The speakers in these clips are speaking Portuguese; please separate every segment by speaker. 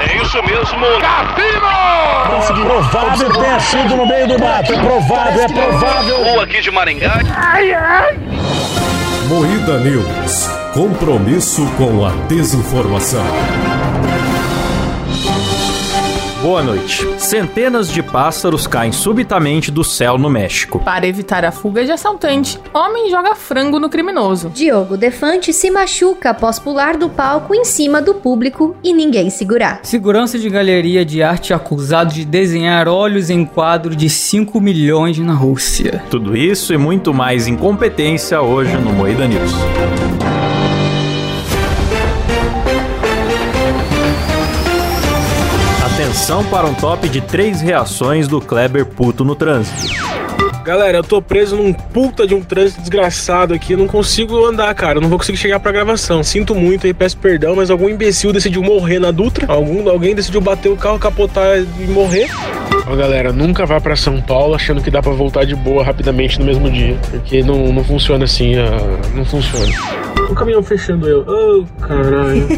Speaker 1: É isso mesmo, Cassino!
Speaker 2: Conseguiu. Provável ter sido no meio do mato. É provável, é provável.
Speaker 1: Ou aqui de Maringá.
Speaker 3: Moída News. Compromisso com a desinformação.
Speaker 4: Boa noite. Centenas de pássaros caem subitamente do céu no México.
Speaker 5: Para evitar a fuga de assaltante, homem joga frango no criminoso.
Speaker 6: Diogo Defante se machuca após pular do palco em cima do público e ninguém segurar.
Speaker 7: Segurança de galeria de arte acusado de desenhar olhos em quadro de 5 milhões na Rússia.
Speaker 4: Tudo isso e muito mais incompetência hoje no Moída News. Atenção para um top de três reações do Kleber puto no trânsito.
Speaker 8: Galera, eu tô preso num puta de um trânsito desgraçado aqui. eu Não consigo andar, cara. eu Não vou conseguir chegar pra gravação. Sinto muito aí, peço perdão, mas algum imbecil decidiu morrer na Dutra. Algum, alguém decidiu bater o carro, capotar e morrer. Ó, galera, nunca vá pra São Paulo achando que dá pra voltar de boa rapidamente no mesmo dia. Porque não, não funciona assim, ah, não funciona. O caminhão fechando eu. Oh, caralho.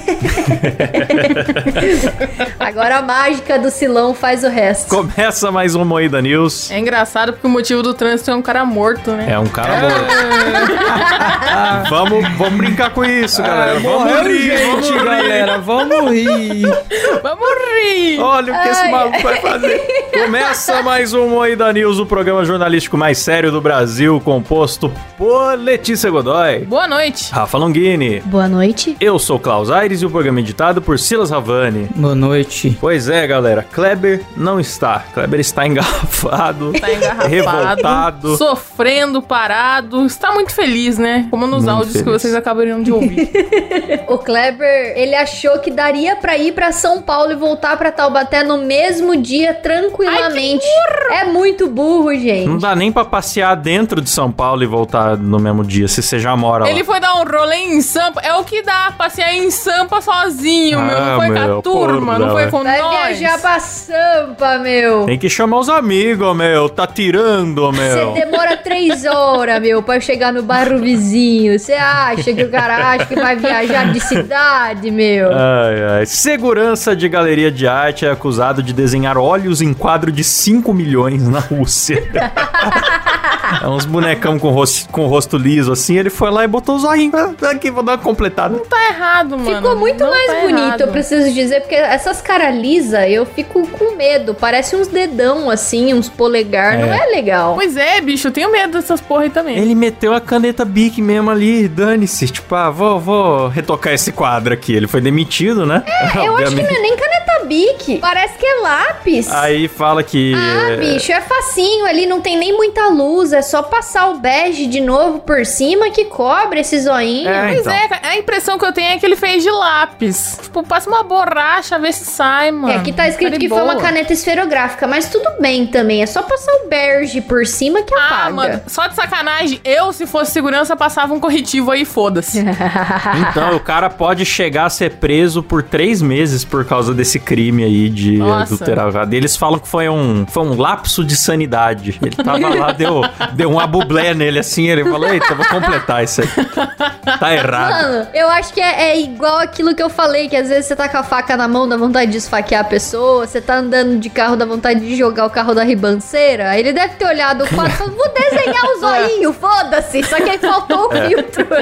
Speaker 6: Agora a mágica do Silão faz o resto.
Speaker 4: Começa mais um Moída News.
Speaker 5: É engraçado porque o motivo do trânsito é um cara morto, né?
Speaker 4: É um cara morto. vamos, vamos brincar com isso, galera. vamos
Speaker 7: Ah, Morreu,
Speaker 4: rir, vamos
Speaker 7: gente,
Speaker 4: rir.
Speaker 7: galera. Vamos rir.
Speaker 4: É.
Speaker 5: Vamos rir!
Speaker 4: Olha o que esse
Speaker 6: Ai.
Speaker 4: maluco vai fazer. Começa mais um Moída News, o programa jornalístico mais sério do Brasil, composto por Letícia Godoy,
Speaker 5: Boa noite!
Speaker 4: Rafa Longini.
Speaker 6: Boa noite.
Speaker 4: Eu sou o Klaus Aires e o programa é editado por Silas Ravani.
Speaker 7: Boa noite.
Speaker 4: Pois é, galera, Kleber não está. Kleber está engarrafado,
Speaker 5: Tá engarrafado,
Speaker 4: revoltado.
Speaker 5: sofrendo, parado. Está muito feliz, né? Como nos
Speaker 4: Muito
Speaker 5: áudios que
Speaker 4: feliz.
Speaker 5: vocês acabaram de ouvir.
Speaker 6: O Kleber, ele achou que daria pra ir pra São Paulo e voltar pra Taubaté no mesmo dia tranquilamente. é muito burro,
Speaker 4: Não
Speaker 6: gente.
Speaker 4: dá nem pra passear dentro de São Paulo e voltar no mesmo dia, se você já mora Tá lá.
Speaker 5: Ele foi dar um rolê em Sampa. É o que dá, passear em Sampa sozinho, meu.
Speaker 4: Ah,
Speaker 5: Não foi com
Speaker 4: meu,
Speaker 5: a turma, não
Speaker 4: porra,
Speaker 5: foi com
Speaker 6: Vai
Speaker 5: nós.
Speaker 6: viajar pra Sampa, meu.
Speaker 4: Tem que chamar os amigos, meu. Tá tirando,
Speaker 6: Você
Speaker 4: meu.
Speaker 6: demora três horas, meu, pra chegar no bairro vizinho. Você acha que o cara acha que vai viajar de cidade, meu?
Speaker 4: Ai, ai. Segurança de galeria de arte é acusado de desenhar olhos em quadro de 5 milhões na Rússia. É uns bonecão com rosto, com rosto liso assim, ele foi lá e botou os olhinhos. Ah, Aqui, vou dar uma completada.
Speaker 5: Tá errado, mano.
Speaker 6: Ficou muito
Speaker 5: Não
Speaker 6: mais
Speaker 5: tá
Speaker 6: bonito,
Speaker 5: errado.
Speaker 6: eu preciso dizer, porque essas caras lisa, eu fico com medo. Parece uns dedão, assim, uns polegar. Não é legal.
Speaker 5: Pois é, bicho, eu tenho medo dessas porra aí também.
Speaker 4: Ele meteu a caneta Bic mesmo ali, dane-se. Tipo, ah, vou, vou retocar esse quadro aqui. Ele foi demitido, né? É,
Speaker 6: Eu acho que não é nem caneta bique. Parece que é lápis.
Speaker 4: Aí fala que.
Speaker 6: Ah,
Speaker 4: é,
Speaker 6: bicho, é facinho ali, não tem nem muita luz, é só passar o bege de novo por cima que cobre esse zoinho.
Speaker 4: É,
Speaker 5: Pois
Speaker 4: então.
Speaker 5: é, cara, a impressão que eu tenho é que ele fez de lápis. Tipo, passa uma borracha, vê se sai, mano.
Speaker 6: É, aqui tá escrito
Speaker 5: Cara,
Speaker 6: que foi uma
Speaker 5: boa.
Speaker 6: caneta esferográfica, mas tudo bem também, é só passar o berge por cima que
Speaker 5: Ah,
Speaker 6: apaga.
Speaker 5: mano, só de sacanagem. Eu, se fosse segurança, passava um corretivo aí, foda-se.
Speaker 4: Então, o cara pode chegar a ser preso por três meses por causa desse crime aí de
Speaker 5: Nossa.
Speaker 4: adulterado. Eles falam que foi um, foi um lapso de sanidade. Ele tava lá, deu, deu um abublé nele assim, ele falou, eita, vou completar isso aí. Tá errado.
Speaker 6: Mano, eu acho que é, é igual aquilo que eu falei, que às vezes você tá com a faca na mão, dá vontade de esfaquear a pessoa, você tá andando de carro, dá vontade de jogar o carro da ribanceira. Aí Ele deve ter olhado o quadro e falou, vou desenhar o zoinho, foda-se, só que aí faltou o filtro.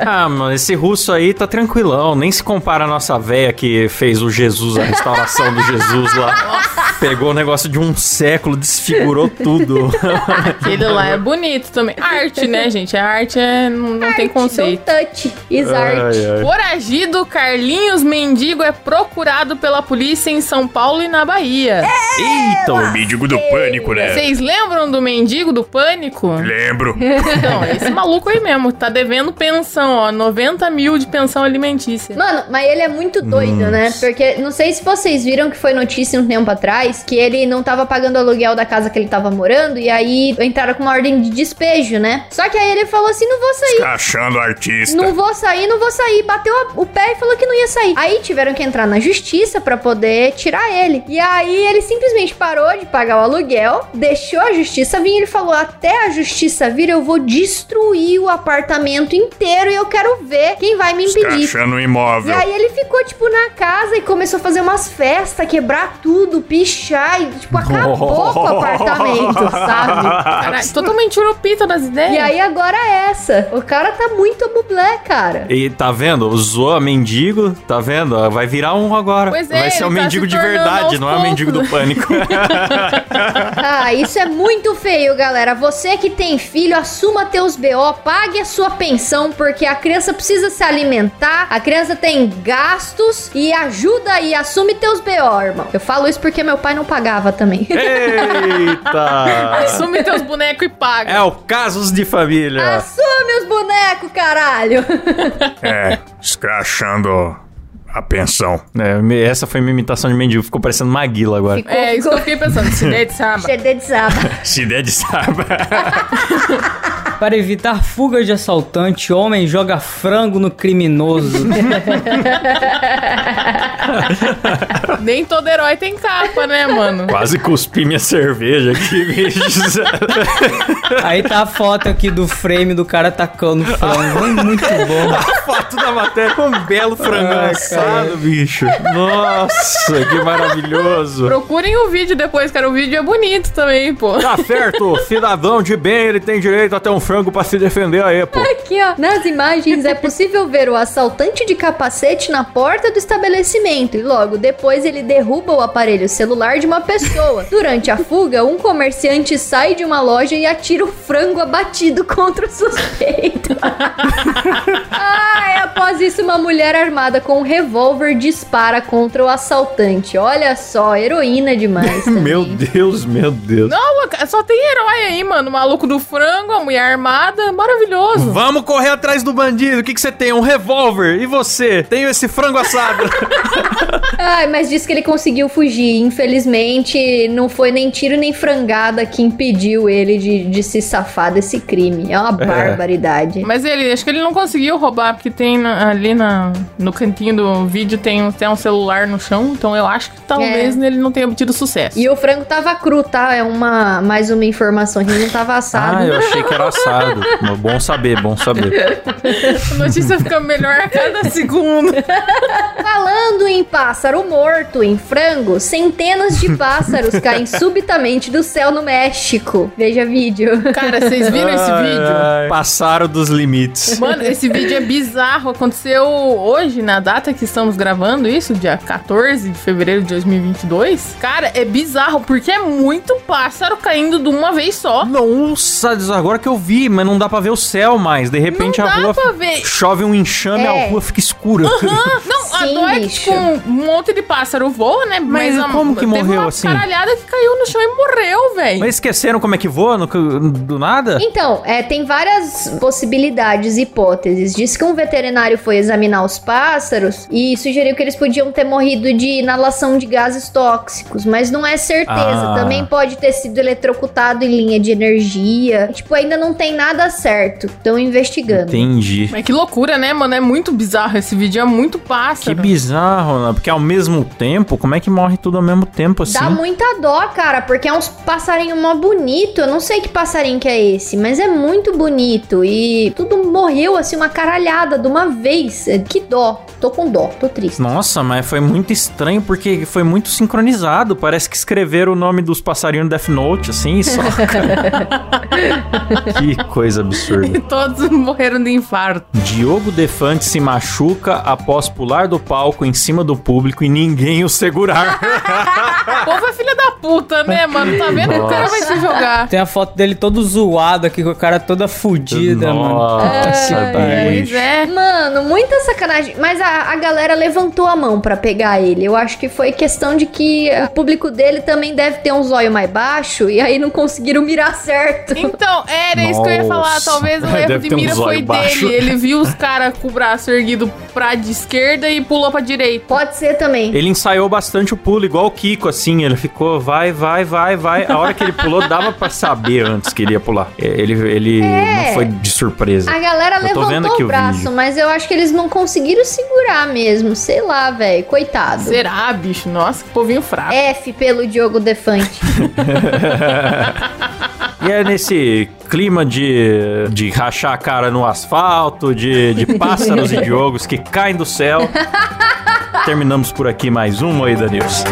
Speaker 4: Ah, mano, esse russo aí tá tranquilão, nem se compara a nossa véia que fez o Jesus, a restauração do Jesus lá. Pegou o negócio de um século, desfigurou tudo.
Speaker 5: Aquele lá é bonito também. Arte, né, gente? A arte é, não, não tem conceito.
Speaker 6: Não um touch, is art.
Speaker 4: Ai, é. ai.
Speaker 5: Foragido Carlinhos Mendigo é procurado pela polícia em São Paulo e na Bahia. É.
Speaker 4: Eita, o bicho.
Speaker 1: Mendigo do pânico, né?
Speaker 5: Vocês lembram do mendigo do pânico?
Speaker 1: Lembro.
Speaker 5: Não, esse maluco aí mesmo. Tá devendo pensão, ó. 90 mil de pensão alimentícia.
Speaker 6: Mano, mas ele é muito doido, né? Porque não sei se vocês viram que foi notícia um tempo atrás atrás, que ele não tava pagando o aluguel da casa que ele tava morando, e aí entraram com uma ordem de despejo, né? Só que aí ele falou assim: não vou sair.
Speaker 9: Achando artista.
Speaker 6: Não vou sair, não vou sair. Bateu a- o pé e falou que não ia sair. Aí tiveram que entrar na justiça pra poder tirar ele. E aí ele simplesmente parou de pagar o aluguel, deixou a justiça vir e ele falou: até a justiça vir, eu vou destruir o apartamento inteiro e eu quero ver quem vai me impedir.
Speaker 9: Achando um
Speaker 6: E
Speaker 9: imóvel.
Speaker 6: aí ele ficou, tipo, na casa e começou a fazer umas festas, quebrar tudo, pichar e, tipo, acabou com o apartamento, sabe?
Speaker 5: Caralho, totalmente uropita das ideias.
Speaker 6: E aí agora é essa. O cara tá muito bublé, cara.
Speaker 4: E tá vendo? Zoa mendigo, tá vendo? Vai virar um agora.
Speaker 5: Pois é,
Speaker 4: Vai ser
Speaker 5: ele
Speaker 4: um
Speaker 5: tá
Speaker 4: mendigo
Speaker 5: se
Speaker 4: de
Speaker 5: tornando
Speaker 4: verdade,
Speaker 5: aos
Speaker 4: não é um mendigo do
Speaker 5: poucos.
Speaker 4: pânico.
Speaker 6: Ah, isso é muito feio, galera. Você que tem filho, assuma teus BO, pague a sua pensão, porque a criança precisa se alimentar, a criança tem gastos e ajuda aí, assume teus BO, irmão. Eu falo isso porque meu pai não pagava também.
Speaker 4: Eita!
Speaker 5: Assume teus bonecos e paga.
Speaker 4: É o Casos de
Speaker 5: Ah.
Speaker 4: Família.
Speaker 6: Assume os bonecos, caralho!
Speaker 9: É, escrachando a pensão.
Speaker 4: É, me- essa foi minha imitação de mendigo, ficou parecendo Maguila agora.
Speaker 5: É, isso que eu fiquei pensando. Se der de samba.
Speaker 6: Cheio de saba.
Speaker 4: Se der de saba.
Speaker 7: Para evitar fugas de assaltante, homem joga frango no criminoso.
Speaker 5: Nem todo herói tem capa, né, mano?
Speaker 4: Quase cuspi minha cerveja aqui, bicho.
Speaker 7: Aí tá a foto aqui do frame do cara tacando frango. Hum, Muito bom.
Speaker 4: A foto da matéria com um belo frangão
Speaker 5: Ah,
Speaker 7: Ai,
Speaker 4: assado, bicho. Nossa, que maravilhoso.
Speaker 5: Procurem o vídeo depois, cara. O vídeo é bonito também, pô.
Speaker 4: Tá certo, cidadão de bem, ele tem direito a ter um frango pra se defender aí, pô.
Speaker 6: Aqui, ó, nas imagens é possível ver o assaltante de capacete na porta do estabelecimento e logo depois ele derruba o aparelho celular de uma pessoa. Durante a fuga, um comerciante sai de uma loja e atira o frango abatido contra o suspeito. Ah, após isso, uma mulher armada com um revólver dispara contra o assaltante. Olha só, heroína demais. tá também.
Speaker 4: Meu Deus, meu Deus.
Speaker 5: Não, Luca, só tem herói aí, mano. O maluco do frango, a mulher armada. Maravilhoso.
Speaker 4: Vamos correr atrás do bandido. O que, que você tem? Um revólver. E você? Tenho esse frango assado.
Speaker 6: Ai, mas disse que ele conseguiu fugir. Infelizmente, não foi nem tiro nem frangada que impediu ele de, de se safar desse crime. É uma barbaridade.
Speaker 5: Mas ele, acho que ele não conseguiu roubar, porque tem na- ali na, no cantinho do vídeo tem até um celular no chão. Então eu acho que talvez ele não tenha obtido sucesso.
Speaker 6: E o frango tava cru, tá? É uma mais uma informação que não tava assado.
Speaker 4: Ah, eu achei que era assado. Bom saber, bom saber.
Speaker 5: A notícia fica melhor a cada segundo.
Speaker 6: Falando em pássaro morto, em frango, centenas de pássaros caem subitamente do céu no México. Veja vídeo.
Speaker 5: Cara, vocês viram esse vídeo?
Speaker 4: Passaram dos limites.
Speaker 5: Mano, esse vídeo é bizarro. Aconteceu hoje, na data que estamos gravando isso, dia 14 de fevereiro de 2022. Cara, é bizarro porque é muito pássaro caindo de uma vez só.
Speaker 4: Nossa, agora que eu vi, mas não dá pra ver o céu mais. De repente
Speaker 5: Não
Speaker 4: a
Speaker 5: dá
Speaker 4: rua
Speaker 5: pra ver.
Speaker 4: chove um enxame,
Speaker 6: É.
Speaker 4: a rua fica escura.
Speaker 5: Ah, não, a
Speaker 6: Sim,
Speaker 5: dó é que
Speaker 6: bicho.
Speaker 5: tipo, um monte de pássaro voa, né?
Speaker 4: Mas
Speaker 5: a-
Speaker 4: como que
Speaker 5: teve
Speaker 4: morreu
Speaker 5: uma
Speaker 4: assim?
Speaker 5: caralhada que caiu no chão e morreu, velho.
Speaker 4: mas esqueceram como é que voa no- do nada?
Speaker 6: Então, é, tem várias possibilidades, hipóteses. Diz que um veterinário foi examinar os pássaros e sugeriu que eles podiam ter morrido de inalação de gases tóxicos, mas não é certeza.
Speaker 4: Ah.
Speaker 6: Também pode ter sido eletrocutado em linha de energia. Tipo, ainda não tem nada certo. Estão investigando.
Speaker 4: Entendi.
Speaker 5: Mas que loucura, né, mano? É muito bizarro esse vídeo, é muito
Speaker 4: Que
Speaker 5: pássaro.
Speaker 4: bizarro, né? Porque ao mesmo tempo, como é que morre tudo ao mesmo tempo assim?
Speaker 6: Dá muita dó, cara, porque é uns passarinho mó bonito. Eu não sei que passarinho que é esse, mas é muito bonito. E tudo morreu assim, uma caralhada de uma vez. É, Que dó. Tô com dó, tô triste.
Speaker 4: Nossa, mas foi muito estranho porque foi muito sincronizado. Parece que escreveram o nome dos passarinhos no Death Note, assim, só. que coisa absurda.
Speaker 5: E todos morreram de infarto.
Speaker 4: Diogo Defante se machuca após pular do palco em cima do público e ninguém o segurar.
Speaker 5: O povo é filha da puta, né, mano? Tá vendo que o cara vai se jogar.
Speaker 7: Tem a foto dele todo zoado aqui, com a cara toda fudida, mano.
Speaker 4: Nossa,
Speaker 5: Pois
Speaker 4: bicho.
Speaker 5: é.
Speaker 6: Mano, muita sacanagem. Mas a, a galera levantou a mão pra pegar ele. Eu acho que foi questão de que o público dele também deve ter um zóio mais baixo e aí não conseguiram mirar certo.
Speaker 5: Então, era isso que eu ia falar.
Speaker 4: Nossa.
Speaker 5: Talvez o
Speaker 4: Deve
Speaker 5: erro de
Speaker 4: ter um
Speaker 5: mira
Speaker 4: zóio
Speaker 5: foi
Speaker 4: baixo.
Speaker 5: dele. Ele viu os caras com o braço erguido pra de esquerda e pulou pra direita.
Speaker 6: Pode ser também.
Speaker 4: Ele ensaiou bastante o pulo, igual o Kiko, assim. Ele ficou, vai, vai, vai, vai. A hora que ele pulou, dava pra saber antes que ele ia pular. É, Ele, ele
Speaker 6: É.
Speaker 4: não foi de surpresa.
Speaker 6: A galera
Speaker 4: Eu tô vendo
Speaker 6: levantou
Speaker 4: aqui
Speaker 6: o
Speaker 4: o
Speaker 6: braço,
Speaker 4: vídeo.
Speaker 6: mas eu acho que eles não conseguiram segurar mesmo. Sei lá, velho. Coitado.
Speaker 5: Será, bicho? Nossa, que povinho fraco.
Speaker 6: F pelo Diogo Defante.
Speaker 4: E é nesse clima de, de rachar a cara no asfalto, de, de pássaros e diogos que caem do céu. Terminamos por aqui mais um Moeda News.